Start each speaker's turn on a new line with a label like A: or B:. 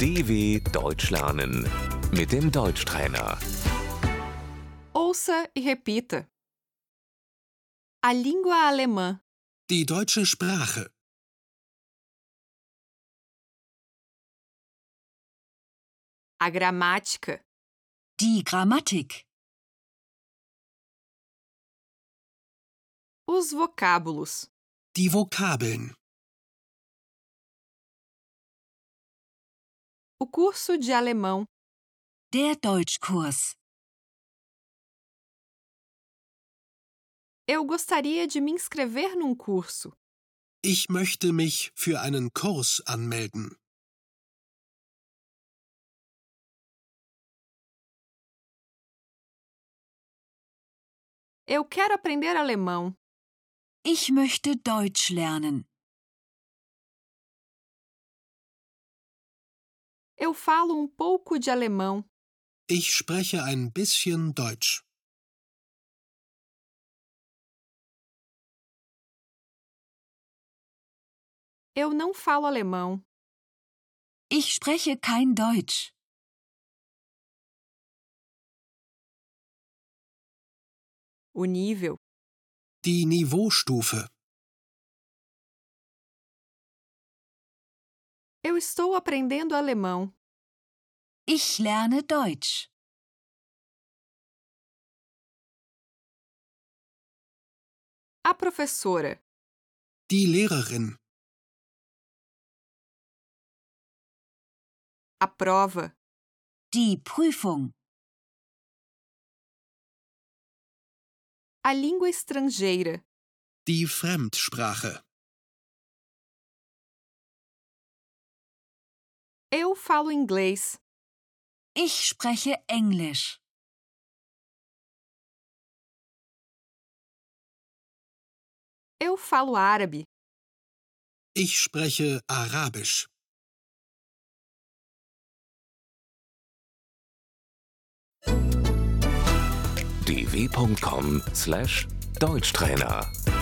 A: DW Deutsch lernen mit dem Deutschtrainer.
B: Ouça e repita. A língua alemã.
C: Die deutsche Sprache.
B: A gramática.
D: Die Grammatik.
B: Os vocábulos.
C: Die Vokabeln.
B: O curso de alemão.
D: Der Deutschkurs.
B: Eu gostaria de me inscrever num curso.
C: Ich möchte mich für einen Kurs anmelden.
B: Eu quero aprender alemão.
D: Ich möchte Deutsch lernen.
B: Eu falo um pouco de alemão.
C: Ich spreche ein bisschen Deutsch.
B: Eu não falo alemão.
D: Ich spreche kein Deutsch.
B: O nível.
C: Die Niveaustufe.
B: Eu estou aprendendo alemão.
D: Ich lerne Deutsch.
B: A professora.
C: Die Lehrerin.
B: A prova.
D: Die Prüfung.
B: A língua estrangeira.
C: Die Fremdsprache.
B: Eu falo inglês.
D: Ich spreche Englisch.
B: Eu falo árabe.
C: Ich spreche Arabisch.
A: dw.com/deutschtrainer